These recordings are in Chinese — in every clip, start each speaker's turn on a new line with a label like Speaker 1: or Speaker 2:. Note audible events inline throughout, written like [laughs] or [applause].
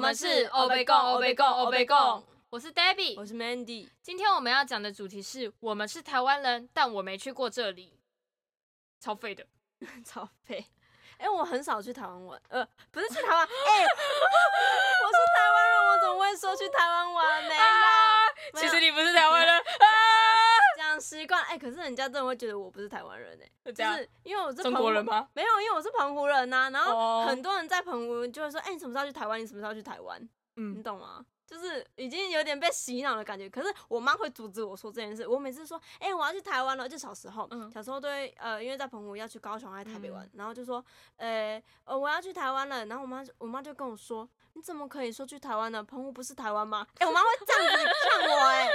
Speaker 1: 们是欧贝贡，欧贝贡，欧贝贡。
Speaker 2: 我是 Debbie，
Speaker 1: 我是 Mandy。
Speaker 2: 今天我们要讲的主题是我们是台湾人，但我没去过这里，超废的。
Speaker 1: 超废。 [laughs] 哎、我很少去台湾玩，呃，不是去台
Speaker 2: [laughs]
Speaker 1: 湾，哎、 [laughs] 我是台湾人，我怎么会说去台湾玩？
Speaker 2: [laughs]
Speaker 1: 没有，没有
Speaker 2: 啊你不是台湾人 [laughs]
Speaker 1: 讲习惯。哎、可是人家真的会觉得我不是台湾人
Speaker 2: [laughs]
Speaker 1: 哎、
Speaker 2: 这样
Speaker 1: 就是因为我是
Speaker 2: 中国
Speaker 1: 澎湖
Speaker 2: 人吗？
Speaker 1: 没有，因为我是澎湖人呐、然后
Speaker 2: 哦
Speaker 1: 很多人在澎湖就会说，哎、你什么时候要去台湾？你什么时候要去台湾？你
Speaker 2: 嗯，
Speaker 1: 懂吗？就是已经有点被洗脑的感觉。可是我妈会阻止我说这件事。我每次说，哎、我要去台湾了，就小时候，
Speaker 2: 嗯
Speaker 1: 小时候对，呃，因为在澎湖要去高雄还是台北玩，
Speaker 2: 嗯
Speaker 1: 然后就说，呃、呃，我要去台湾了。然后我妈就，我妈就跟我说，你怎么可以说去台湾呢？澎湖不是台湾吗？哎、我妈会这样子看我、哎，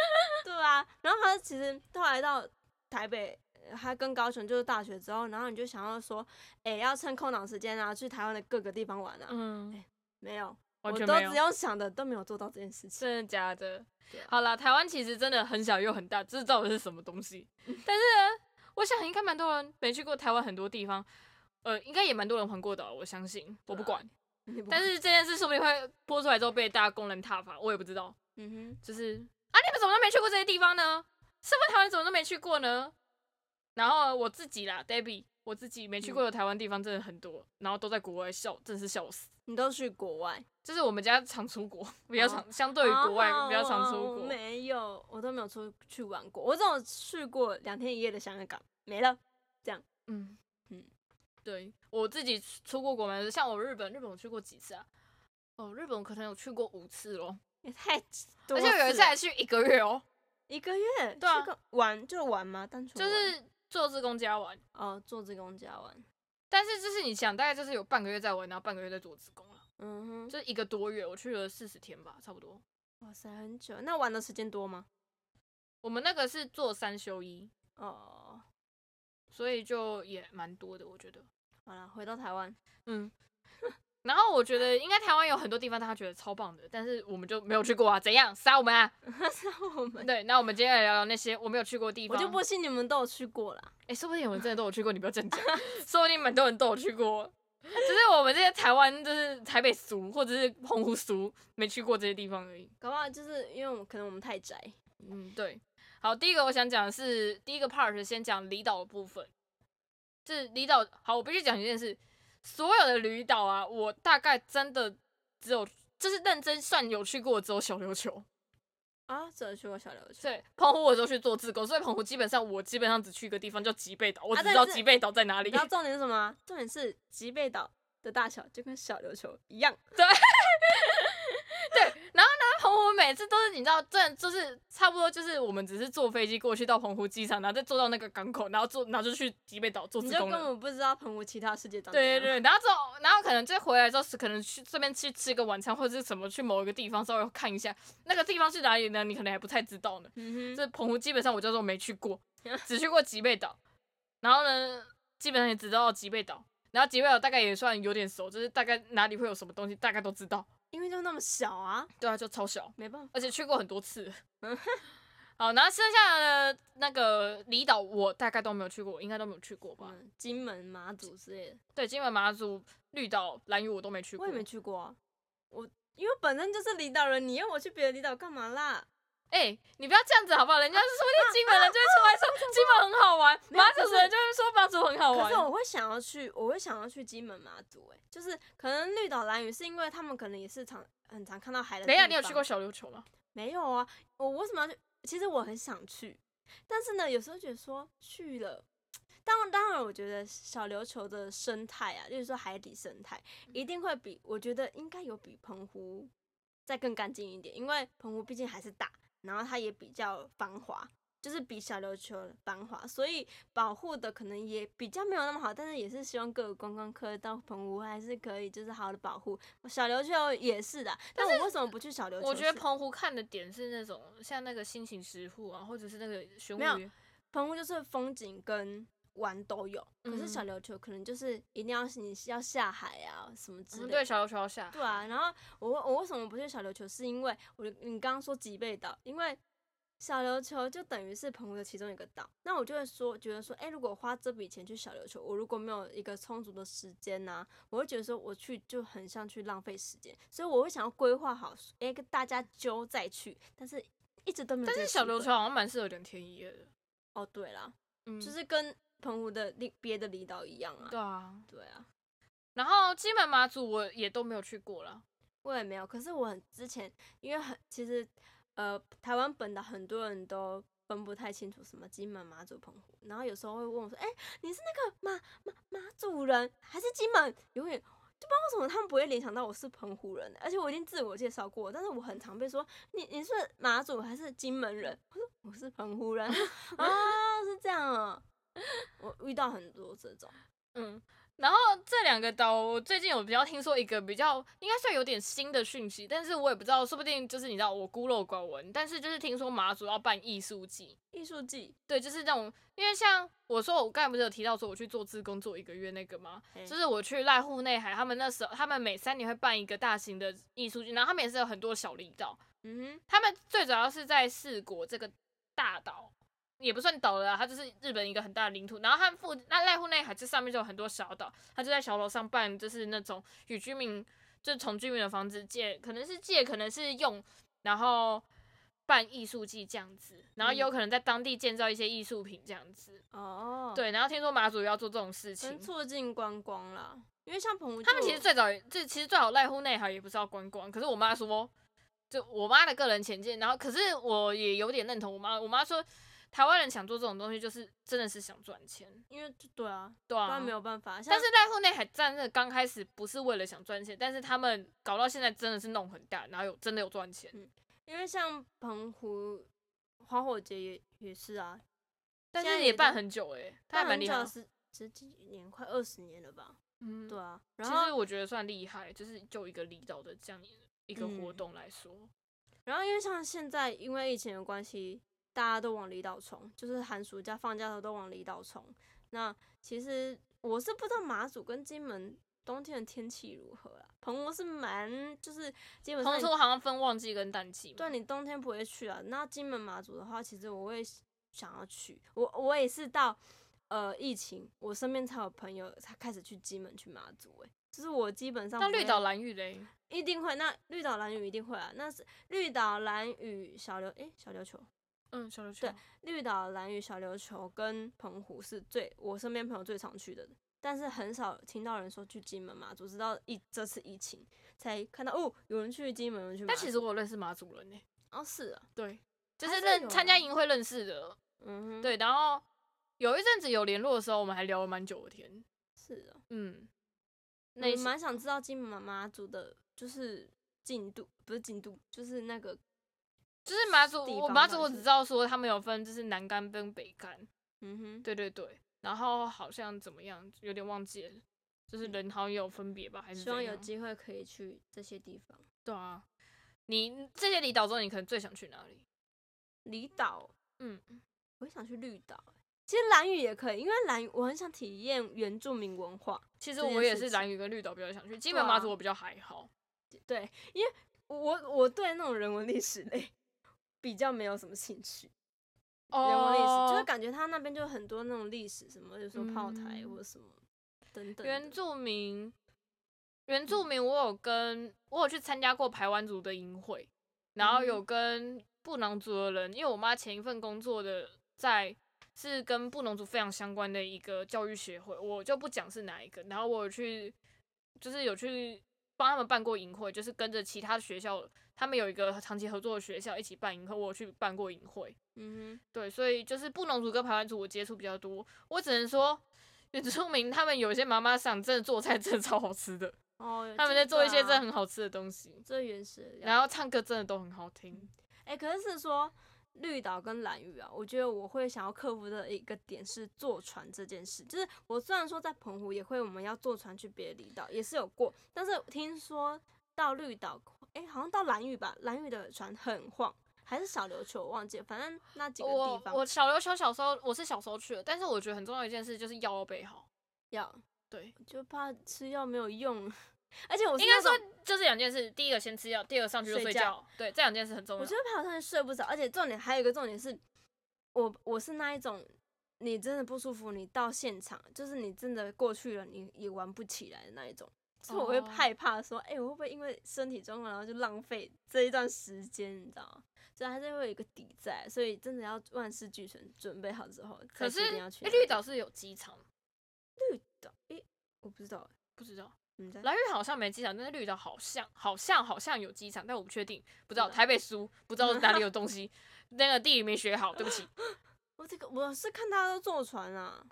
Speaker 1: 对啊。然后她其实后来到台北。呃她跟高雄就是大学之后，然后你就想要说，哎、要趁空档时间啊，去台湾的各个地方玩啊。
Speaker 2: 嗯，
Speaker 1: 没有，
Speaker 2: 完全
Speaker 1: 我都
Speaker 2: 没
Speaker 1: 只
Speaker 2: 有，
Speaker 1: 用想的，都没有做到这件事情。
Speaker 2: 真的假的
Speaker 1: 对啊？
Speaker 2: 好啦，台湾其实真的很小又很大，这到底是什么东西？但是呢，我想应该蛮多人没去过台湾很多地方，呃，应该也蛮多人环过岛，我相信，我不
Speaker 1: 对啊
Speaker 2: 管。
Speaker 1: 你不
Speaker 2: 但
Speaker 1: 会，
Speaker 2: 是这件事说不定会播出来之后被大家公然挞伐，我也不知道。
Speaker 1: 嗯
Speaker 2: 就是啊，你们怎么都没去过这些地方呢？身为台湾人怎么都没去过呢？然后我自己啦，Debbie，我自己
Speaker 1: 嗯
Speaker 2: 没去过的台湾地方真的很多，然后都在国外笑，真是笑死。
Speaker 1: 哼，你都去国外，
Speaker 2: 就是我们家常出国，比较
Speaker 1: 哦
Speaker 2: 常、相对于国外
Speaker 1: 好好
Speaker 2: 比较常
Speaker 1: 哦
Speaker 2: 出国。
Speaker 1: 没有，我都没有出去玩过，我只有去过两天一夜的香港，没了。
Speaker 2: 嗯
Speaker 1: 嗯
Speaker 2: 嗯，对我自己出过国门，像我日本，日本我去过几次啊？哦，日本我可能有去过五次咯，
Speaker 1: 也太多
Speaker 2: 而且有一
Speaker 1: 次啊
Speaker 2: 次还
Speaker 1: 了
Speaker 2: 去一个月哦，
Speaker 1: 一个月，
Speaker 2: 对啊
Speaker 1: 去个玩就玩吗？单纯
Speaker 2: 就
Speaker 1: 玩
Speaker 2: 是坐自公家玩。
Speaker 1: 哦，坐自公家玩，
Speaker 2: 但是就是你想，大概就是有半个月在玩，然后半个月在做职工了，
Speaker 1: 嗯哼，
Speaker 2: 就一个多月，我去了四十天吧，差不多。
Speaker 1: 哇塞，很久。那玩的时间多吗？
Speaker 2: 我们那个是做三休一，
Speaker 1: 哦，
Speaker 2: 所以就也蛮多的，我觉得。
Speaker 1: 好了，回到台湾，
Speaker 2: 嗯， [laughs] 然后我觉得应该台湾有很多地方大家觉得超棒的，但是我们就没有去过啊，怎样杀我们
Speaker 1: [laughs]
Speaker 2: 啊？
Speaker 1: 是我们，
Speaker 2: 对，那我们今天来聊聊那些我没有去过的地
Speaker 1: 我
Speaker 2: 方。
Speaker 1: 就不，信你们都有去过啦。
Speaker 2: 哎、说不定有人真的都有去过，你不要真讲， [laughs] 说不定蛮多人都有去过。就是我们这些台湾，就是台北俗或者是澎湖俗，没去过这些地方而已。
Speaker 1: 搞不好就是因为我们可能我们太宅，
Speaker 2: 嗯，对。好，第一个我想讲的是第一个 part，先讲离岛的部分。就是离岛，好，我必须讲一件事，所有的离岛啊，我大概真的只有，就是认真算有去过，只有小琉球。
Speaker 1: 啊，只有去过小琉球。
Speaker 2: 对，澎湖我都去做志工，所以澎湖基本上我基本上只去一个地方叫吉贝岛，我只
Speaker 1: 但
Speaker 2: 知道
Speaker 1: 是
Speaker 2: 吉贝岛在哪里。
Speaker 1: 啊你知道重点是什么吗？重点是吉贝岛的大小就跟小琉球一样。
Speaker 2: 澎湖每次都是你知道，真的就是差不多就是我们只是坐飞机过去到澎湖机场，然后再坐到那个港口，然后坐然后就去吉贝岛做
Speaker 1: 你
Speaker 2: 志
Speaker 1: 就
Speaker 2: 工
Speaker 1: 根
Speaker 2: 了。
Speaker 1: 本不知道澎湖其他世界长怎
Speaker 2: 对
Speaker 1: 样。
Speaker 2: 对对，然后之后，然后可能再回来之后，是可能去这边去吃个晚餐，或者是什么去某一个地方稍微看一下，那个地方是哪里呢？你可能还不太知道呢。
Speaker 1: 嗯哼，
Speaker 2: 这澎湖基本上我叫做没去
Speaker 1: [laughs]
Speaker 2: 过，只去过吉贝岛，然后呢，基本上也只知道吉贝岛，然后吉贝岛大概也算有点熟，就是大概哪里会有什么东西，大概都知道。
Speaker 1: 因为就那么小啊，
Speaker 2: 对啊，就超小，
Speaker 1: 没办法。
Speaker 2: 而且去过很多次。
Speaker 1: 嗯
Speaker 2: [laughs] 好，然后剩下的那个离岛，我大概都没有去过，应该都没有去过吧？
Speaker 1: 嗯，金门、马祖之类的，
Speaker 2: 对，金门、马祖、绿岛、蓝屿我都没去过。
Speaker 1: 我也没去过啊。我因为本身就是离岛人，你要我去别的离岛干嘛啦？
Speaker 2: 哎、你不要这样子好不好？人家是说不定金门人就会出来说金门很好玩，
Speaker 1: 没有
Speaker 2: 马
Speaker 1: 可
Speaker 2: 祖
Speaker 1: 是
Speaker 2: 人就会说马祖很好
Speaker 1: 可
Speaker 2: 玩
Speaker 1: 是。我会想要去，我会想要去金门、马祖、欸，就是可能绿岛、蓝屿是因为他们可能也是常很常看到海的。啊
Speaker 2: 等一下，你有去过？小琉球吗？
Speaker 1: 没有啊，我为什么要去？其实我很想去，但是呢，有时候觉得说去了，当然当然，我觉得小琉球的生态啊，就是说海底生态，一
Speaker 2: 嗯
Speaker 1: 定会比我觉得应该有比澎湖再更干净一点，因为澎湖毕竟还是大，然后它也比较繁华。就是比小琉球繁华，所以保护的可能也比较没有那么好，但是也是希望各个观光客到澎湖还是可以，就是好好的保护小琉球也是的。啊但我为什么不去小琉球是？啊
Speaker 2: 我觉得澎湖看的点是那种像那个心情石户啊，或者是那个玄
Speaker 1: 没有
Speaker 2: 武岩
Speaker 1: 澎湖就是风景跟玩都有，可是
Speaker 2: 嗯
Speaker 1: 小琉球可能就是一定要你要下海啊什么之
Speaker 2: 嗯
Speaker 1: 类
Speaker 2: 对，
Speaker 1: 的。
Speaker 2: 小琉球要下。
Speaker 1: 对啊，然后我我为什么不去小琉球？是因为我你刚刚说吉贝岛，因为小琉球就等于是澎湖的其中一个岛。那我就会说，觉得说，哎，如果花这笔钱去小琉球，我如果没有一个充足的时间呐、我会觉得说我去就很像去浪费时间，所以我会想要规划好，哎，跟大家揪再去，但是一直都没有这
Speaker 2: 但
Speaker 1: 个
Speaker 2: 是
Speaker 1: 机
Speaker 2: 小
Speaker 1: 会。
Speaker 2: 琉球好像蛮适合两天一夜的，
Speaker 1: 哦，对啦，
Speaker 2: 嗯，
Speaker 1: 就是跟澎湖的另别的离岛一样啊。
Speaker 2: 对啊。
Speaker 1: 对啊，
Speaker 2: 然后金门马祖我也都没有去过啦，
Speaker 1: 我也没有。可是我很之前，因为很其实，呃，台湾本岛很多人都分不太清楚什么金门、马祖、澎湖，然后有时候会问我说：“哎、你是那个马马马祖人还是金门？”永远就不知道为什么他们不会联想到我是澎湖人，欸而且我已经自我介绍过，但是我很常被说：“你你是马祖还是金门人？”我说：“我是澎湖人。”啊，是这样啊。我遇到很多这种，
Speaker 2: 嗯。然后这两个岛，我最近有比较听说一个比较应该算有点新的讯息，但是我也不知道，说不定就是你知道我孤陋寡闻，但是就是听说马祖要办艺术季，
Speaker 1: 艺术季，
Speaker 2: 对，就是那种，因为像我说，我刚才不是有提到说我去做志工做一个月那个吗？
Speaker 1: 嘿
Speaker 2: 就是我去濑户内海，他们那时候他们每三年会办一个大型的艺术季，然后他们也是有很多小离岛，
Speaker 1: 嗯
Speaker 2: 他们最主要是在四国这个大岛，也不算岛了啦，它就是日本一个很大的领土。然后它附那濑户内海这上面就有很多小岛，它就在小岛上办，就是那种与居民就是从居民的房子借，可能是借，可能是用，然后办艺术季这样子，然后
Speaker 1: 嗯
Speaker 2: 也有可能在当地建造一些艺术品这样子。
Speaker 1: 哼，哦，
Speaker 2: 对，然后听说马祖也要做这种事情
Speaker 1: 跟。促进观光啦，因为像澎湖就，
Speaker 2: 他们其实最早也这其实最好濑户内海也不是要观光，可是我妈说，就我妈的个人浅见，然后可是我也有点认同我妈，我妈说台湾人想做这种东西，就是真的是想赚钱，
Speaker 1: 因为就对啊，
Speaker 2: 对
Speaker 1: 不
Speaker 2: 啊
Speaker 1: 然，没有办法。像
Speaker 2: 但是濑户内海战的刚开始不是为了想赚钱，但是他们搞到现在真的是弄很大，然后有真的有赚钱，
Speaker 1: 因为像澎湖花火节也也是啊，
Speaker 2: 但
Speaker 1: 现
Speaker 2: 是
Speaker 1: 在
Speaker 2: 也
Speaker 1: 也
Speaker 2: 办
Speaker 1: 都
Speaker 2: 很久诶、欸，他
Speaker 1: 办
Speaker 2: 还蛮
Speaker 1: 很
Speaker 2: 厉害
Speaker 1: 久
Speaker 2: 的，
Speaker 1: 十十几年，快二十年了吧？
Speaker 2: 嗯，
Speaker 1: 对。啊，
Speaker 2: 其
Speaker 1: 然
Speaker 2: 实
Speaker 1: 后
Speaker 2: 我觉得算厉害，就是就一个离岛的这样一个活
Speaker 1: 嗯
Speaker 2: 动来说，
Speaker 1: 然后因为像现在因为疫情的关系，大家都往离岛冲，就是寒暑假放假的时候都往离岛冲。那其实我是不知道马祖跟金门冬天的天气如何啦，澎湖是蛮就是基本上
Speaker 2: 同
Speaker 1: 你
Speaker 2: 时我好像分旺季跟淡季嘛，
Speaker 1: 对，你冬天不会去啊。那金门马祖的话，其实我会想要去，我我也是到呃疫情，我身边才有朋友才开始去金门去马祖、欸，就是我基本上
Speaker 2: 那
Speaker 1: 不
Speaker 2: 绿
Speaker 1: 会
Speaker 2: 岛蓝玉嘞，
Speaker 1: 一定会，那绿岛蓝屿一定会啊，那是绿岛蓝屿小琉诶、小琉球，
Speaker 2: 嗯，小琉球
Speaker 1: 对绿岛蓝屿小琉球跟澎湖是最我身边朋友最常去的。但是很少听到人说去金门马祖，直到疫这次疫情才看到哦，有人去金门，有人去马
Speaker 2: 但
Speaker 1: 祖。
Speaker 2: 其实我认识马祖人呢、
Speaker 1: 哦是啊，
Speaker 2: 对，就
Speaker 1: 还
Speaker 2: 是
Speaker 1: 是
Speaker 2: 认
Speaker 1: 有
Speaker 2: 参加
Speaker 1: 啊
Speaker 2: 营会认识的，
Speaker 1: 嗯哼，
Speaker 2: 对，然后有一阵子有联络的时候，我们还聊了蛮久的天，
Speaker 1: 是啊。
Speaker 2: 嗯，那
Speaker 1: 那
Speaker 2: 一
Speaker 1: 也
Speaker 2: 些
Speaker 1: 蛮想知道金门妈妈组的，就是进度，不是进度，就是那个，
Speaker 2: 就是马祖，
Speaker 1: 地
Speaker 2: 我
Speaker 1: 方
Speaker 2: 马
Speaker 1: 嘛
Speaker 2: 祖我
Speaker 1: 是
Speaker 2: 只知道说他们有分就是南干跟北干，
Speaker 1: 嗯哼，
Speaker 2: 对对对，然后好像怎么样，有点忘记了，就是
Speaker 1: 嗯
Speaker 2: 人好像也有分别吧，还是
Speaker 1: 希望
Speaker 2: 怎
Speaker 1: 有
Speaker 2: 样
Speaker 1: 机会可以去这些地方。
Speaker 2: 对啊，你这些离岛中，你可能最想去哪里？
Speaker 1: 离岛，
Speaker 2: 嗯，
Speaker 1: 我也想去绿岛欸、其实蓝屿也可以，因为蓝屿我很想体验原住民文化。
Speaker 2: 其实
Speaker 1: 这
Speaker 2: 我
Speaker 1: 件
Speaker 2: 也
Speaker 1: 事
Speaker 2: 是
Speaker 1: 情
Speaker 2: 蓝屿跟绿岛比较想去，金
Speaker 1: 对
Speaker 2: 门马
Speaker 1: 啊
Speaker 2: 祖我比较还好，
Speaker 1: 对，因为我我对那种人文历史类比较没有什么兴趣，人文历
Speaker 2: 哦
Speaker 1: 史就是感觉他那边就很多那种历史，什么有时候炮台
Speaker 2: 嗯
Speaker 1: 或者什么等等的。嗯
Speaker 2: 原住民，原住民，我有跟我有去参加过排湾族的营会，然后
Speaker 1: 嗯
Speaker 2: 有跟布农族的人，因为我妈前一份工作的在是跟布农族非常相关的一个教育协会，我就不讲是哪一个，然后我有去就是有去帮他们办过营会，就是跟着其他学校，他们有一个长期合作的学校一起办营会，我有去办过营会，
Speaker 1: 嗯
Speaker 2: 对，所以就是布农族跟排湾族我接触比较多，我只能说原住民他们有一些妈妈桑真的做菜真的超好吃的，
Speaker 1: 哼，哦，
Speaker 2: 他们
Speaker 1: 这
Speaker 2: 在
Speaker 1: 个
Speaker 2: 做一些真的
Speaker 1: 啊
Speaker 2: 很好吃的东西，
Speaker 1: 最原始的料理，
Speaker 2: 然后唱歌真的都很好听。
Speaker 1: 哎、可是是说绿岛跟蓝屿啊，我觉得我会想要克服的一个点是坐船这件事。就是我虽然说在澎湖也会，我们要坐船去别的离岛，也是有过，但是听说到绿岛，哎、好像到蓝屿吧，蓝屿的船很晃，还是小琉球，我忘记了，反正那几个地
Speaker 2: 我
Speaker 1: 方
Speaker 2: 我小琉球小时候我是小时候去的，但是我觉得很重要一件事就是药要备好。
Speaker 1: 要
Speaker 2: 对，
Speaker 1: 就怕吃药没有用。 [laughs] 而且我是
Speaker 2: 应该
Speaker 1: 那种
Speaker 2: 说就是两件事，第一个先吃药，第二个上去就睡
Speaker 1: 睡觉
Speaker 2: 觉。对，这两件事很重要
Speaker 1: 我觉。得爬山睡不着，而且重点还有一个重点是，我我是那一种，你真的不舒服，你到现场就是你真的过去了，你也玩不起来的那一种，所以我会
Speaker 2: 哦
Speaker 1: 害怕说，哎、我会不会因为身体状况，然后就浪费这一段时间，你知道吗？所以还是会有一个底在，所以真的要万事俱全，准备好之后
Speaker 2: 可
Speaker 1: 再
Speaker 2: 是
Speaker 1: 决定要
Speaker 2: 诶
Speaker 1: 去哪
Speaker 2: 绿
Speaker 1: 里。
Speaker 2: 岛是有机场，
Speaker 1: 绿岛，诶、我不知道、
Speaker 2: 不知道。
Speaker 1: 你在？
Speaker 2: 蓝屿好像没机场，但是绿岛好像好像好像有机场，但我不确定，不知道
Speaker 1: 不知道
Speaker 2: 台北输，不知道哪里有东西， [laughs] 那个地理没学好，对不起。
Speaker 1: 我这个我是看大家都坐船啊，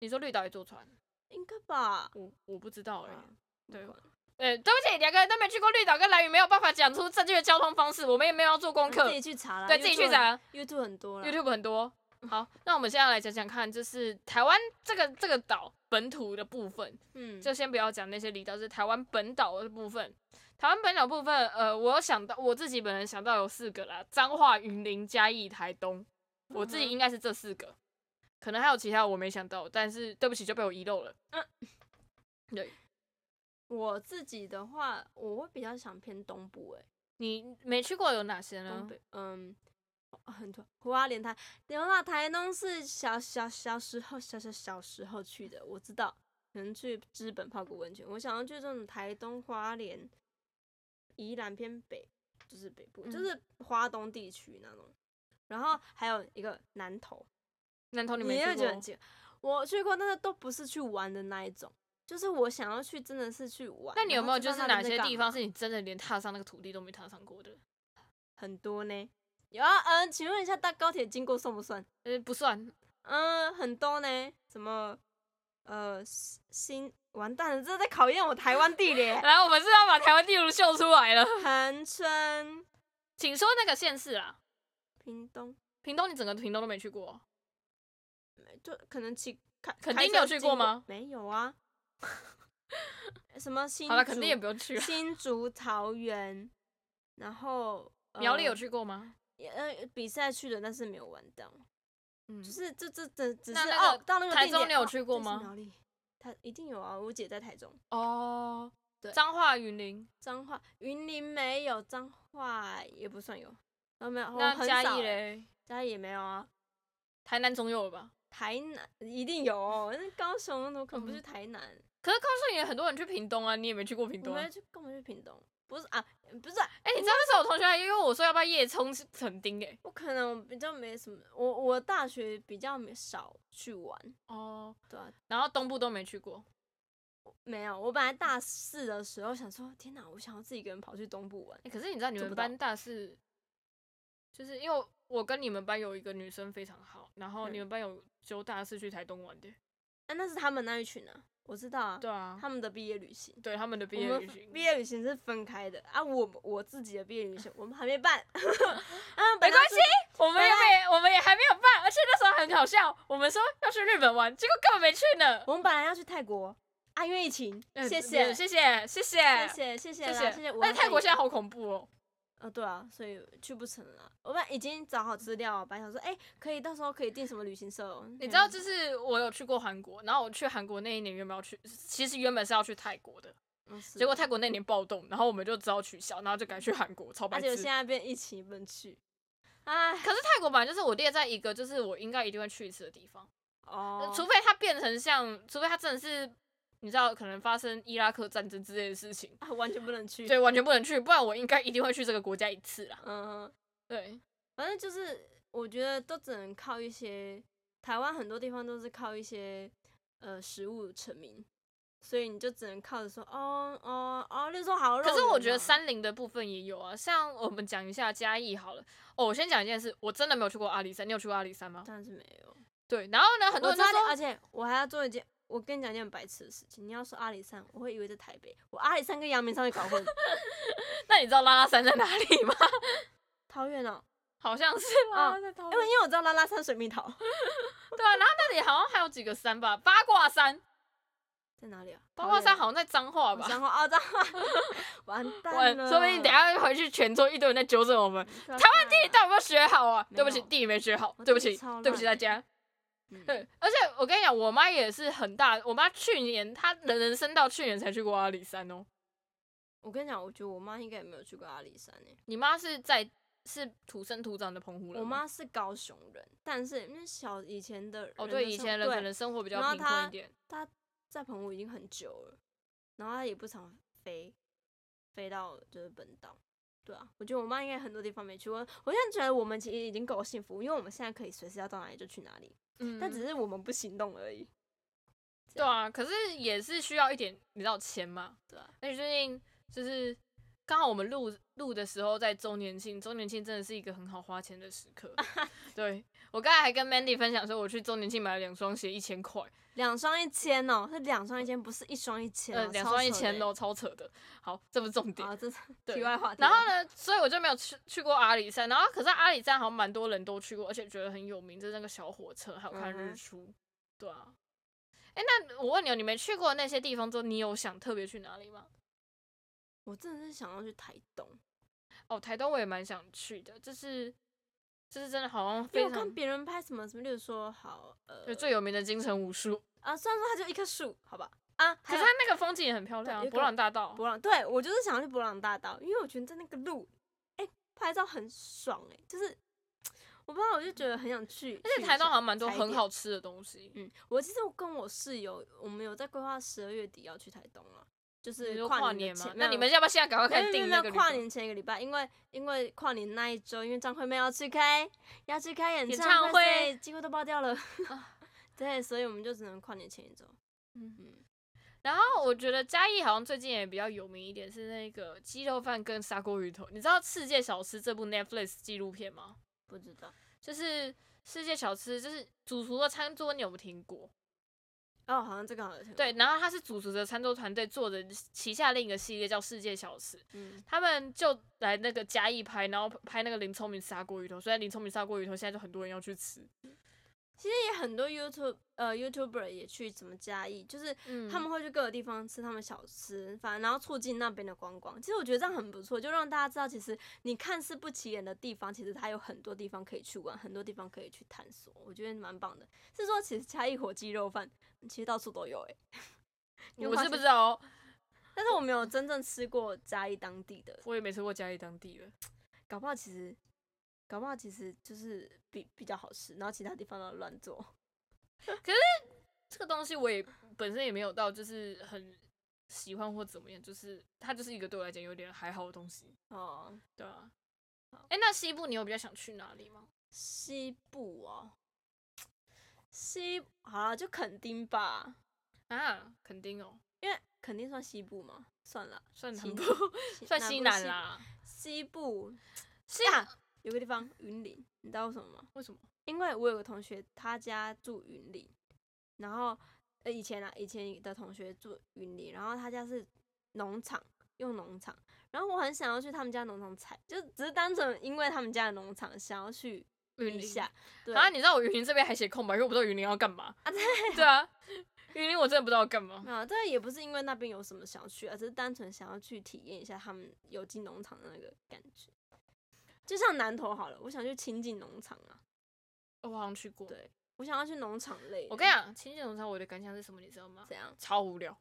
Speaker 2: 你说绿岛也坐船，
Speaker 1: 应该吧？
Speaker 2: 我我不知道哎、
Speaker 1: 啊
Speaker 2: 对
Speaker 1: 不管
Speaker 2: 对，对不起，两个人都没去过绿岛跟蓝屿，没有办法讲出正确的交通方式，我们也没有要做功课
Speaker 1: 自，己去查啦，
Speaker 2: 对自己去
Speaker 1: YouTube 很
Speaker 2: 查
Speaker 1: ，YouTube 很多了。
Speaker 2: ，YouTube 很多。好，那我们现在来讲讲看，就是台湾这个这个岛本土的部分，
Speaker 1: 嗯，
Speaker 2: 就先不要讲那些离岛，是台湾本岛的部分。台湾本岛部分，呃，我有想到我自己本人想到有四个啦，彰化、云林、嘉义、台东，我自己
Speaker 1: 嗯哼
Speaker 2: 应该是这四个，可能还有其他我没想到，但是对不起就被我遗漏了。嗯
Speaker 1: 嗯，
Speaker 2: 对
Speaker 1: 我自己的话，我会比较想偏东部、欸，
Speaker 2: 你没去过有哪些
Speaker 1: 哎，
Speaker 2: 呢
Speaker 1: 东？北，嗯，哦很多花莲台，牛啦，台东是小小小时候，小小小时候去的，我知道，可能去日本泡个温泉，我想要去这种台东、花莲、宜兰偏北，就是北部，就
Speaker 2: 嗯
Speaker 1: 是花东地区那种，然后还有一个南投，
Speaker 2: 南投你
Speaker 1: 你
Speaker 2: 没
Speaker 1: 也
Speaker 2: 去
Speaker 1: 觉得很
Speaker 2: 过？
Speaker 1: 奇怪，我去过，但是都不是去玩的那一种。就是我想要去，真的是去玩。
Speaker 2: 那你有
Speaker 1: 然
Speaker 2: 没
Speaker 1: 后
Speaker 2: 有
Speaker 1: 知
Speaker 2: 就
Speaker 1: 道
Speaker 2: 是
Speaker 1: 那
Speaker 2: 哪
Speaker 1: 边在
Speaker 2: 些
Speaker 1: 干
Speaker 2: 地方
Speaker 1: 嘛
Speaker 2: 是你真的连踏上那个土地都没踏上过的？
Speaker 1: 很多呢。有啊，嗯、请问一下，搭高铁经过算不算？
Speaker 2: 呃，不
Speaker 1: [laughs]
Speaker 2: 算，
Speaker 1: 嗯，很多呢。什么？呃，新新完蛋了，这在考验我台湾地
Speaker 2: [laughs]
Speaker 1: 理耶。
Speaker 2: 来，我们是要把台湾地图秀出来了，
Speaker 1: 恒春、
Speaker 2: 请说那个县市啊，
Speaker 1: 屏东，
Speaker 2: 屏东你整个屏东都没去过哦、
Speaker 1: 就可能去开。
Speaker 2: 垦
Speaker 1: 开
Speaker 2: 丁
Speaker 1: 车
Speaker 2: 有去
Speaker 1: 经
Speaker 2: 过吗
Speaker 1: 没有啊。什么新？
Speaker 2: 好了，肯定也不用去啊
Speaker 1: [laughs]
Speaker 2: 了。
Speaker 1: 新竹、桃园，然后、呃
Speaker 2: 苗栗有？去过吗？
Speaker 1: 也呃，比赛去的，但是没有玩到。
Speaker 2: 嗯
Speaker 1: 就，是这这这只是
Speaker 2: 那那
Speaker 1: 哦
Speaker 2: 个，
Speaker 1: 到那个
Speaker 2: 台
Speaker 1: 地
Speaker 2: 中
Speaker 1: 点
Speaker 2: 你有
Speaker 1: 哦
Speaker 2: 去过
Speaker 1: 这是
Speaker 2: 吗
Speaker 1: 苗栗，他一定有啊，我姐在台中。
Speaker 2: 哦，
Speaker 1: 对
Speaker 2: 彰化云林，
Speaker 1: 彰化、云林没有，彰化也不算有，然后没有，哦
Speaker 2: 那
Speaker 1: 很
Speaker 2: 嘉
Speaker 1: 少
Speaker 2: 义
Speaker 1: 欸，
Speaker 2: 嘞，
Speaker 1: 嘉义也没有啊，
Speaker 2: 台南总有了吧？
Speaker 1: 台南一定有、哦，那高雄怎么可能不
Speaker 2: 嗯
Speaker 1: 去台南？
Speaker 2: 可是告诉你，很多人去屏东啊，你也没去过屏
Speaker 1: 我
Speaker 2: 东啊。
Speaker 1: 们去干嘛去屏东？不是啊，不是啊、
Speaker 2: 哎、你知道那时候我同学还因为我说要不要夜冲垦丁哎、
Speaker 1: 我可能比较没什么，我我大学比较没少去玩，
Speaker 2: 哦，
Speaker 1: 对啊，
Speaker 2: 然后东部都没去过，
Speaker 1: 没有，我本来大四的时候想说，天哪，我想要自己一个人跑去东部玩
Speaker 2: 哎、，可是你知道你
Speaker 1: 做
Speaker 2: 们
Speaker 1: 不到
Speaker 2: 班大四，就是因为我跟你们班有一个女生非常好，然后
Speaker 1: 嗯
Speaker 2: 你们班有揪大四去台东玩的，
Speaker 1: 啊，那是他们那一群啊，我知道啊，
Speaker 2: 对啊，
Speaker 1: 他们的毕业旅行。
Speaker 2: 对他们的毕
Speaker 1: 我
Speaker 2: 业
Speaker 1: 们
Speaker 2: 旅行，
Speaker 1: 毕业旅行是分开的啊，我我自己的毕业旅
Speaker 2: [laughs]
Speaker 1: 行我们还没办， [laughs] 啊，
Speaker 2: 没关系
Speaker 1: 系，
Speaker 2: 我们也没，我们也还没有办，而且那时候很好笑，我们说要去日本玩，结果根本没去呢。
Speaker 1: 我们本来要去泰国啊，因为疫情，
Speaker 2: 嗯
Speaker 1: 谢谢
Speaker 2: 谢谢，谢谢，
Speaker 1: 谢
Speaker 2: 谢
Speaker 1: 谢谢谢
Speaker 2: 谢
Speaker 1: 啦谢谢。我
Speaker 2: 但泰国现在
Speaker 1: 好，
Speaker 2: 好恐怖哦，
Speaker 1: 呃，对啊，所以去不成了。我们已经找好资料了，本来想说，哎，可以到时候可以订什么旅行社哦？
Speaker 2: 你知道，就是我有去过韩国，然后我去韩国那一年原本要去，其实原本是要去泰国的，
Speaker 1: 嗯，是
Speaker 2: 结果泰国那年暴动，然后我们就只好取消，然后就改去韩国，超白
Speaker 1: 而
Speaker 2: 痴
Speaker 1: 且。现在变疫情不能去，哎，
Speaker 2: 可是泰国本来就是我列在一个就是我应该一定会去一次的地方，呃
Speaker 1: 哦，
Speaker 2: 除非它变成像，除非它真的是你知道可能发生伊拉克战争之类的事情。
Speaker 1: 啊完全不能去，
Speaker 2: 对，，完全不能去，不然我应该一定会去这个国家一次啦。
Speaker 1: 嗯。
Speaker 2: 对，
Speaker 1: 反正就是我觉得都只能靠一些，台湾很多地方都是靠一些呃食物成名，所以你就只能靠着说哦哦哦，例如说好
Speaker 2: [laughs]
Speaker 1: 肉
Speaker 2: 可
Speaker 1: 圆啊。
Speaker 2: 是我觉得山林的部分也有啊，像我们讲一下嘉义好了。哦，我先讲一件事，我真的没有去过阿里山，你有去过阿里山吗？
Speaker 1: 当然是没有，
Speaker 2: 对，然后呢，很多
Speaker 1: 我
Speaker 2: 人都
Speaker 1: 差点，
Speaker 2: 说
Speaker 1: 而且我还要做一件，我跟你讲一件很白痴的事情。你要说阿里山，我会以为在台北，我阿里山跟阳明山会搞
Speaker 2: [laughs]
Speaker 1: 混，
Speaker 2: 那你知道拉拉山在哪里吗？ [laughs]
Speaker 1: 桃园哦，
Speaker 2: 好像是
Speaker 1: 啊
Speaker 2: 啊，在桃
Speaker 1: 因为
Speaker 2: 园
Speaker 1: 因为我知道拉拉山水蜜桃
Speaker 2: 对啊，然后那里好像还有几个山吧，八卦山，
Speaker 1: 在哪里啊？
Speaker 2: 八卦山好
Speaker 1: 好
Speaker 2: 像在彰化吧。
Speaker 1: 然后啊，彰化 [laughs] 完
Speaker 2: 我
Speaker 1: 蛋了，
Speaker 2: 说不定等一下回去泉州一堆人在纠正我们，
Speaker 1: 台湾
Speaker 2: 台湾地理到底有没有学好啊？
Speaker 1: 没
Speaker 2: 对不起，
Speaker 1: 有
Speaker 2: 地理没学好，
Speaker 1: 我
Speaker 2: 对不
Speaker 1: 地理
Speaker 2: 起
Speaker 1: 超，
Speaker 2: 对不起大
Speaker 1: 烂的
Speaker 2: 家。 [laughs]
Speaker 1: 嗯
Speaker 2: 对，而且我跟你讲，我妈也是很大，我妈去年她人人生到去年才去过阿里山哦。
Speaker 1: 我跟你讲，我觉得我妈应该也没有去过阿里山诶、
Speaker 2: 你妈是在是土生土长的澎湖人吗？
Speaker 1: 我妈是高雄人，但是因为小以前的人
Speaker 2: 哦，对，
Speaker 1: 的
Speaker 2: 以
Speaker 1: 生
Speaker 2: 前人
Speaker 1: 对
Speaker 2: 可能生活比较
Speaker 1: 然后
Speaker 2: 贫困
Speaker 1: 她
Speaker 2: 一点。
Speaker 1: 他在澎湖已经很久了，然后他也不常飞，飞到就是本岛。对啊，我觉得我妈应该很多地方没去过。我现在觉得我们其实已经够幸福，因为我们现在可以随时要到哪里就去哪里，
Speaker 2: 嗯，
Speaker 1: 但只是我们不行动而已。
Speaker 2: 对啊，可是也是需要一点，你知道钱嘛？
Speaker 1: 对啊，
Speaker 2: 而且最近就是刚好我们录录的时候在周年庆，周年庆真的是一个很好花钱的时
Speaker 1: [laughs]
Speaker 2: 刻。对我刚才还跟 Mandy 分享说，我去周年庆买了两双鞋，一千块，
Speaker 1: 两双一千哦，是两双一千，不是一双一千、哦
Speaker 2: 呃，，两
Speaker 1: 超
Speaker 2: 双一
Speaker 1: 扯的
Speaker 2: 千
Speaker 1: 欸
Speaker 2: 哦，。超扯的。好，这不是重点。
Speaker 1: 啊，这是
Speaker 2: 对
Speaker 1: 题外话。题
Speaker 2: 然
Speaker 1: 外
Speaker 2: 后
Speaker 1: 话？
Speaker 2: 呢，所以我就没有去去过阿里山。然后可是阿里山好像蛮多人都去过，而且觉得很有名，就是那个小火车，还有看
Speaker 1: 嗯
Speaker 2: 日
Speaker 1: 哼
Speaker 2: 出。对啊。哎、那我问你哦，你没去过那些地方之后，你有想特别去哪里吗？
Speaker 1: 我真的是想要去台东，
Speaker 2: 哦，台东我也蛮想去的，就是就是真的好像
Speaker 1: 因为
Speaker 2: 非
Speaker 1: 我看
Speaker 2: 常
Speaker 1: 别人拍什么什么，例如说好呃
Speaker 2: 对最有名的金城武术，
Speaker 1: 啊，虽然说它就一棵树，好吧啊，
Speaker 2: 可
Speaker 1: 还
Speaker 2: 是
Speaker 1: 有
Speaker 2: 它那个风景也很漂亮啊，
Speaker 1: 有一
Speaker 2: 博
Speaker 1: 个
Speaker 2: 朗大道。
Speaker 1: 博朗，对我就是想要去博朗大道，因为我觉得在那个路，哎、拍照很爽哎、就是我不知道，我就觉得很想去。
Speaker 2: 而且台东好像蛮多
Speaker 1: 踩
Speaker 2: 很
Speaker 1: 点
Speaker 2: 好吃的东西，
Speaker 1: 去一下，嗯，我其实我跟我室友，我们有在规划十二月底要去台东啊，就
Speaker 2: 你
Speaker 1: 是
Speaker 2: 说
Speaker 1: 跨
Speaker 2: 跨
Speaker 1: 年
Speaker 2: 年
Speaker 1: 的
Speaker 2: 嘛
Speaker 1: 前。
Speaker 2: 那你
Speaker 1: 没有
Speaker 2: 们要不要现在赶快
Speaker 1: 没
Speaker 2: 开始
Speaker 1: 有没有
Speaker 2: 订
Speaker 1: 没
Speaker 2: 那
Speaker 1: 有
Speaker 2: 个旅
Speaker 1: 跨
Speaker 2: 馆
Speaker 1: 年前一个礼拜，因为因为跨年那一周，因为张惠妹要去开要去开演
Speaker 2: 演唱会啊
Speaker 1: 所以几乎都爆掉了。 [laughs] 对，所以我们就只能跨年前一周。
Speaker 2: 嗯，然后我觉得嘉义好像最近也比较有名一点是那个鸡肉饭跟砂锅鱼头。你知道《世界小吃》这部 Netflix 纪录片吗？
Speaker 1: 不知道
Speaker 2: 就是《世界小吃》，就是主厨的餐桌，你有没有听过？
Speaker 1: 哦，好像这个好像有听过
Speaker 2: 对，，然后他是主厨的餐桌团队做的旗下另一个系列叫《世界小吃》，
Speaker 1: 嗯，
Speaker 2: 他们就来那个嘉义拍，然后拍那个林聪明砂锅鱼头。虽然林聪明砂锅鱼头现在就很多人要去吃，
Speaker 1: 其实也很多 YouTube 呃 YouTuber 也去怎么嘉义，就是
Speaker 2: 嗯
Speaker 1: 他们会去各个地方吃他们小吃，反正然后促进那边的观光。其实我觉得这样很不错，就让大家知道，其实你看似不起眼的地方，其实它有很多地方可以去玩，很多地方可以去探索。我觉得蛮棒的。是说其实嘉义火鸡肉饭其实到处都有
Speaker 2: [laughs]
Speaker 1: 诶、你有
Speaker 2: 我
Speaker 1: 发
Speaker 2: 是不
Speaker 1: 现
Speaker 2: 知道哦，
Speaker 1: 但是我没有真正吃过嘉义当地的，
Speaker 2: 我也没吃过嘉义当地的。
Speaker 1: 搞不好其实搞不好其实就是比比较好吃，然后其他地方都乱做。
Speaker 2: 这个东西我也本身也没有到就是很喜欢或怎么样，就是它就是一个对我来讲有点还好的东西，
Speaker 1: 哦，
Speaker 2: 对啊。哎、那西部你有比较想去哪里吗？
Speaker 1: 西部哦，西好了，就垦丁吧，
Speaker 2: 啊，肯定哦，
Speaker 1: 因为垦丁算西部吗？算了，
Speaker 2: 算
Speaker 1: 西
Speaker 2: 南部，算
Speaker 1: 算
Speaker 2: 西南。啦。
Speaker 1: 西部
Speaker 2: 是
Speaker 1: 啊，有个地方云林，你知道为什么吗？
Speaker 2: 为什么？
Speaker 1: 因为我有个同学，他家住云林，然后呃以前啊，以前的同学住云林，然后他家是农场，用农场，然后我很想要去他们家农场采，就只是单纯因为他们家的农场想要去
Speaker 2: 云
Speaker 1: 一
Speaker 2: 林
Speaker 1: 下，对
Speaker 2: 啊，你知道我云林这边还写空白，因为我不知道云林要干嘛。啊，对，对啊，云林我真的不知道要干嘛。
Speaker 1: 没有，这也不是因为那边有什么想去啊，只是单纯想要去体验一下他们有机农场的那个感觉。就像南投好了，我想去亲近农场啊，
Speaker 2: 哦我好像去过。
Speaker 1: 对我想要去农场类的。
Speaker 2: 我跟你讲，亲近农场我的感想是什么，你知道吗？
Speaker 1: 怎样？
Speaker 2: 超无 [laughs] 聊，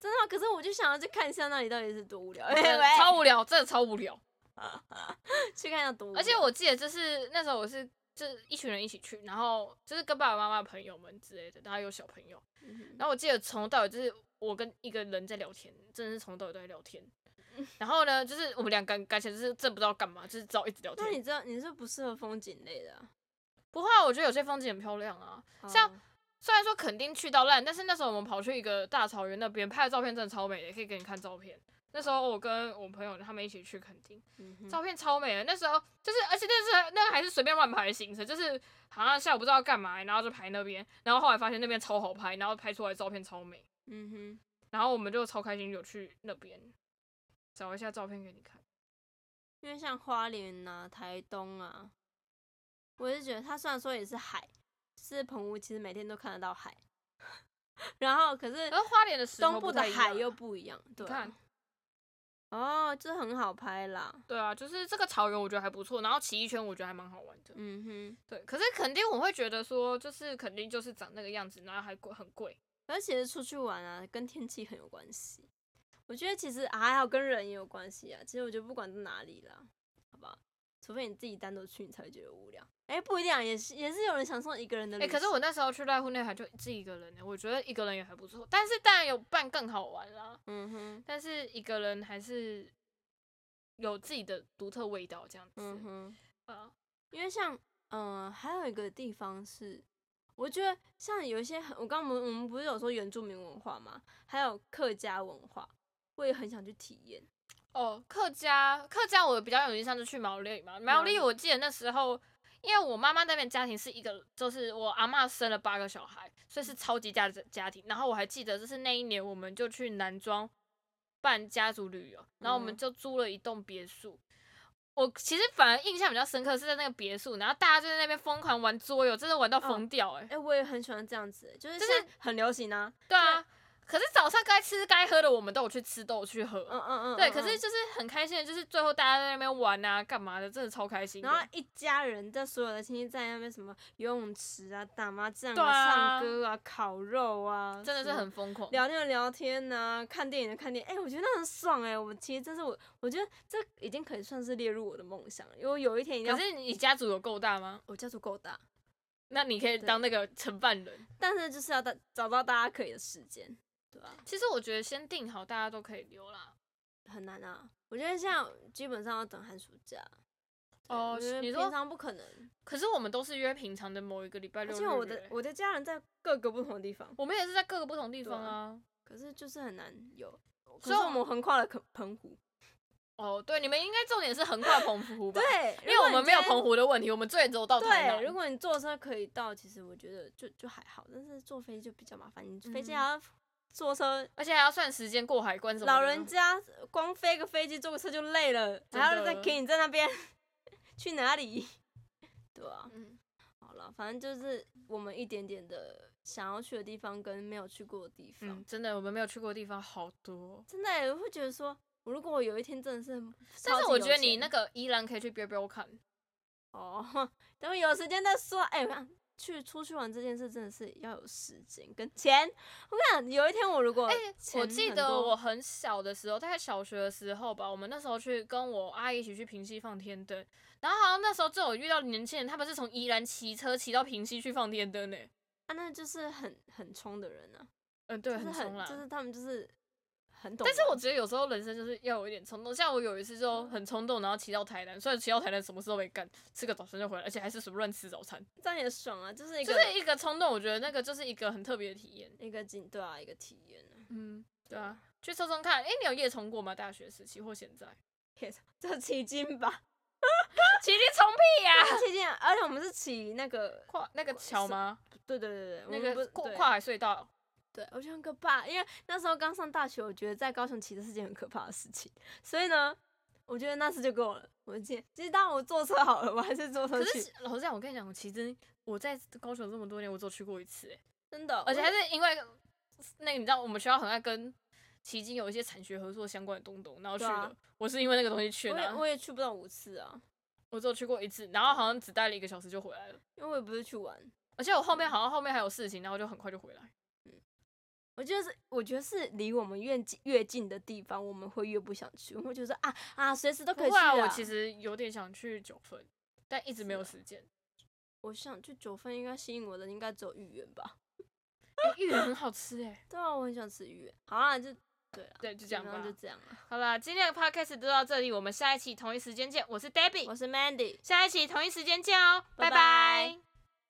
Speaker 1: 真的吗？可是我就想要去看一下那里到底是多无聊，
Speaker 2: 真
Speaker 1: [laughs]
Speaker 2: 的超无聊，真的超无聊。
Speaker 1: 去看一下多无聊。
Speaker 2: 而且我记得就是那时候我是就是一群人一起去，然后就是跟爸爸妈妈、朋友们之类的，大家有小朋友。
Speaker 1: 嗯哼，
Speaker 2: 然后我记得从头到尾就是我跟一个人在聊天，真的是从头到尾都在聊
Speaker 1: [laughs]
Speaker 2: 天。然后呢，就是我们俩感感情就是真不知道干嘛，就是只好一直聊
Speaker 1: 那
Speaker 2: 天。
Speaker 1: 你知道你是不适合风景类的啊、
Speaker 2: 不过啊我觉得有些风景很漂亮啊，像
Speaker 1: 哦
Speaker 2: 虽然说肯定去到烂，但是那时候我们跑去一个大草原那边拍的照片真的超美的，可以给你看照片。那时候我跟我朋友他们一起去垦丁，
Speaker 1: 嗯哼
Speaker 2: 照片超美的。那时候就是，而且那是那个还是随便乱排的行程，就是好像下午不知道干嘛，然后就排那边，然后后来发现那边超好拍，然后拍出来照片超美，
Speaker 1: 嗯哼，
Speaker 2: 然后我们就超开心，有去那边找一下照片给你看。
Speaker 1: 因为像花莲啊、台东啊，我是觉得它虽然说也是海，是澎湖，其实每天都看得到海， [laughs] 然后可是
Speaker 2: 嗯然后花莲的石头
Speaker 1: 东部
Speaker 2: 不
Speaker 1: 的
Speaker 2: 太一样啊
Speaker 1: 海又不一样，对
Speaker 2: 你
Speaker 1: 啊、
Speaker 2: 看
Speaker 1: 哦，这很好拍啦。
Speaker 2: 对啊，就是这个草原我觉得还不错，然后骑一圈我觉得还蛮好玩的。
Speaker 1: 嗯哼，
Speaker 2: 对，可是肯定我会觉得说，就是肯定就是长那个样子，然后还贵很贵。
Speaker 1: 而且其实出去玩啊，跟天气很有关系。我觉得其实啊还好跟人也有关系啊。其实我觉得不管在哪里啦，好吧，除非你自己单独去，你才会觉得无聊。哎、不一定啊，也是也是有人享受一个人的
Speaker 2: 哎、
Speaker 1: 旅行。
Speaker 2: 可是我那时候去濑户内海就自己一个人、欸，我觉得一个人也还不错，但是当然有伴更好玩啦。
Speaker 1: 嗯哼，
Speaker 2: 但是一个人还是有自己的独特味道，这样子。
Speaker 1: 嗯哼，
Speaker 2: 啊
Speaker 1: 因为像嗯、呃还有一个地方是，我觉得像有一些很我刚刚我们我们不是有说原住民文化嘛，还有客家文化，我也很想去体验。
Speaker 2: 哦，客家客家我比较有印象就去苗栗嘛，苗栗
Speaker 1: 苗栗
Speaker 2: 我记得那时候，因为我妈妈那边家庭是一个，就是我阿嬷生了八个小孩，所以是超级大的家庭。然后我还记得就是那一年我们就去南庄办家族旅游，然后我们
Speaker 1: 嗯
Speaker 2: 就租了一栋别墅。我其实反而印象比较深刻是在那个别墅，然后大家就在那边疯狂玩桌游，真的玩到疯掉哎、
Speaker 1: 哎、我也很喜欢这样子、欸就是
Speaker 2: 就
Speaker 1: 就是是很流行啊。
Speaker 2: 对啊，可是早上该吃该喝的我们都有去吃，都有去喝。
Speaker 1: 嗯嗯嗯，
Speaker 2: 对，
Speaker 1: 嗯
Speaker 2: 可是
Speaker 1: 嗯
Speaker 2: 就是很开心的，就是最后大家在那边玩啊，干嘛的，真的超开心的。
Speaker 1: 然后一家人在所有的亲戚在那边什么游泳池啊、打麻将
Speaker 2: 对啊
Speaker 1: 唱歌啊、烤肉啊，
Speaker 2: 真的是
Speaker 1: 什么
Speaker 2: 很疯狂。
Speaker 1: 聊天的聊天呐、看电影的看电影，哎、我觉得那很爽哎、我其实这是我，我觉得这已经可以算是列入我的梦想了，因为我有一天一定
Speaker 2: 可
Speaker 1: 要。
Speaker 2: 是你家族有够大吗？
Speaker 1: 我家族够大，
Speaker 2: 那你可以
Speaker 1: 对
Speaker 2: 当那个承办人。
Speaker 1: 但是就是要大找到大家可以的时间，对吧、
Speaker 2: 其实我觉得先定好，大家都可以留啦。
Speaker 1: 很难啊，我觉得现在基本上要等寒暑假。对
Speaker 2: 哦
Speaker 1: 我觉得
Speaker 2: 你
Speaker 1: 平
Speaker 2: 说
Speaker 1: 常不可能，
Speaker 2: 可是我们都是约平常的某一个礼拜
Speaker 1: 而
Speaker 2: 六
Speaker 1: 且
Speaker 2: 日、
Speaker 1: 我的
Speaker 2: 欸
Speaker 1: 我的家人在各个不同的地方，
Speaker 2: 我们也是在各个不同地
Speaker 1: 对
Speaker 2: 方
Speaker 1: 啊
Speaker 2: 啊。
Speaker 1: 可是就是很难有。
Speaker 2: 所
Speaker 1: 所
Speaker 2: 以
Speaker 1: 以
Speaker 2: 我
Speaker 1: 我们横跨了澎澎湖，
Speaker 2: 哦，对，你们应该重点是横跨澎湖吧？，
Speaker 1: 对，
Speaker 2: 因为我们没有澎
Speaker 1: 湖。
Speaker 2: 湖的问题，我们最走到台
Speaker 1: 对，如
Speaker 2: 南。
Speaker 1: 果你坐车可以到，其实我觉得就就还好，但是坐飞机就比较麻烦，你飞机
Speaker 2: 嗯
Speaker 1: 还要坐车，
Speaker 2: 而且还要算时间过海关什么的。
Speaker 1: 老人家光飞个飞机坐个车就累了，
Speaker 2: 真
Speaker 1: 还要再
Speaker 2: 的
Speaker 1: 给你在那边去哪里？ [laughs] 对啊，
Speaker 2: 嗯，
Speaker 1: 好了，反正就是我们一点点的想要去的地方跟没有去过的地方，
Speaker 2: 嗯，真的，我们没有去过的地方好多。
Speaker 1: 真的、欸、我会觉得说，我如果我有一天真的是，
Speaker 2: 但是我觉得你那个依然可以去标标看，
Speaker 1: 哦，等我有时间再说。哎、我看去出去玩这件事真的是要有时间跟钱。我跟你讲，有一天我如果
Speaker 2: 哎、
Speaker 1: 哦钱
Speaker 2: 我
Speaker 1: 很多、
Speaker 2: 记得我很小的时候，大概小学的时候吧，我们那时候去跟我阿姨一起去平溪放天灯，然后好像那时候就有遇到年轻人，他们是从宜兰骑车骑到平溪去放天灯呢、
Speaker 1: 啊，那就是很很冲的人啊，
Speaker 2: 嗯，对，
Speaker 1: 就是
Speaker 2: 很冲啦。
Speaker 1: 就是他们就是很懂玩。
Speaker 2: 但是我觉得有时候人生就是要有一点冲动，像我有一次就很冲动，然后骑到台南，虽然骑到台南什么事都没干，吃个早餐就回来，而且还是随便乱吃早餐，
Speaker 1: 这样也爽啊，就是一
Speaker 2: 就
Speaker 1: 个、
Speaker 2: 是一个冲动，我觉得那个就是一个很特别的体验。
Speaker 1: 一个景对啊，一个体验啊。
Speaker 2: 嗯，对啊，去抽抽看。哎、你有夜冲过吗？大学时期或现在？
Speaker 1: 也是这奇经吧，
Speaker 2: 骑你冲屁呀、
Speaker 1: 奇经啊，而且我们是骑那个，
Speaker 2: 跨那个桥吗？
Speaker 1: 对对对对，我
Speaker 2: 那
Speaker 1: 们
Speaker 2: 个
Speaker 1: 不
Speaker 2: 跨
Speaker 1: 对
Speaker 2: 跨海隧道。
Speaker 1: 对，我觉得很可怕，因为那时候刚上大学，我觉得在高雄骑车是件很可怕的事情，所以呢，我觉得那次就够了。我记得，其实当然我坐车好了，我还是坐车
Speaker 2: 可
Speaker 1: 去，
Speaker 2: 是老实讲，我跟你讲，我其实我在高雄这么多年，我只有去过一次、欸，
Speaker 1: 真的，
Speaker 2: 而且还
Speaker 1: 是
Speaker 2: 是因为那个你知道，我们学校很爱跟奇经有一些产学合作相关的东东，然后去
Speaker 1: 对
Speaker 2: 的。
Speaker 1: 啊
Speaker 2: 我是因为那个东西去
Speaker 1: 我
Speaker 2: 的啊、
Speaker 1: 也我也去不到五次啊，
Speaker 2: 我只有去过一次，然后好像只待了一个小时就回来了，
Speaker 1: 因为我也不是去玩，
Speaker 2: 而且我后面
Speaker 1: 嗯
Speaker 2: 好像后面还有事情，然后就很快就回来。
Speaker 1: 我觉得是，我觉得是离我们越近越近的地方，我们会越不想去，我们会觉得说啊啊，随时都可以
Speaker 2: 不会
Speaker 1: 去啊。啊
Speaker 2: 啊，我其实有点想去九份，但一直没有时间。
Speaker 1: 我想去九份，应该吸引我的应该只有芋圆吧？
Speaker 2: 哎、芋圆很好吃哎、
Speaker 1: 对啊，我很想吃芋圆。好啊，就对啊，
Speaker 2: 对，就这
Speaker 1: 基
Speaker 2: 样
Speaker 1: 本
Speaker 2: 吧
Speaker 1: 上。就这样啊。
Speaker 2: 好啦，今天的 podcast 就到这里，我们下一期同一时间见。我是 Debbie，
Speaker 1: 我是 Mandy，
Speaker 2: 下一期同一时间见哦，
Speaker 1: 拜
Speaker 2: 拜拜
Speaker 1: 拜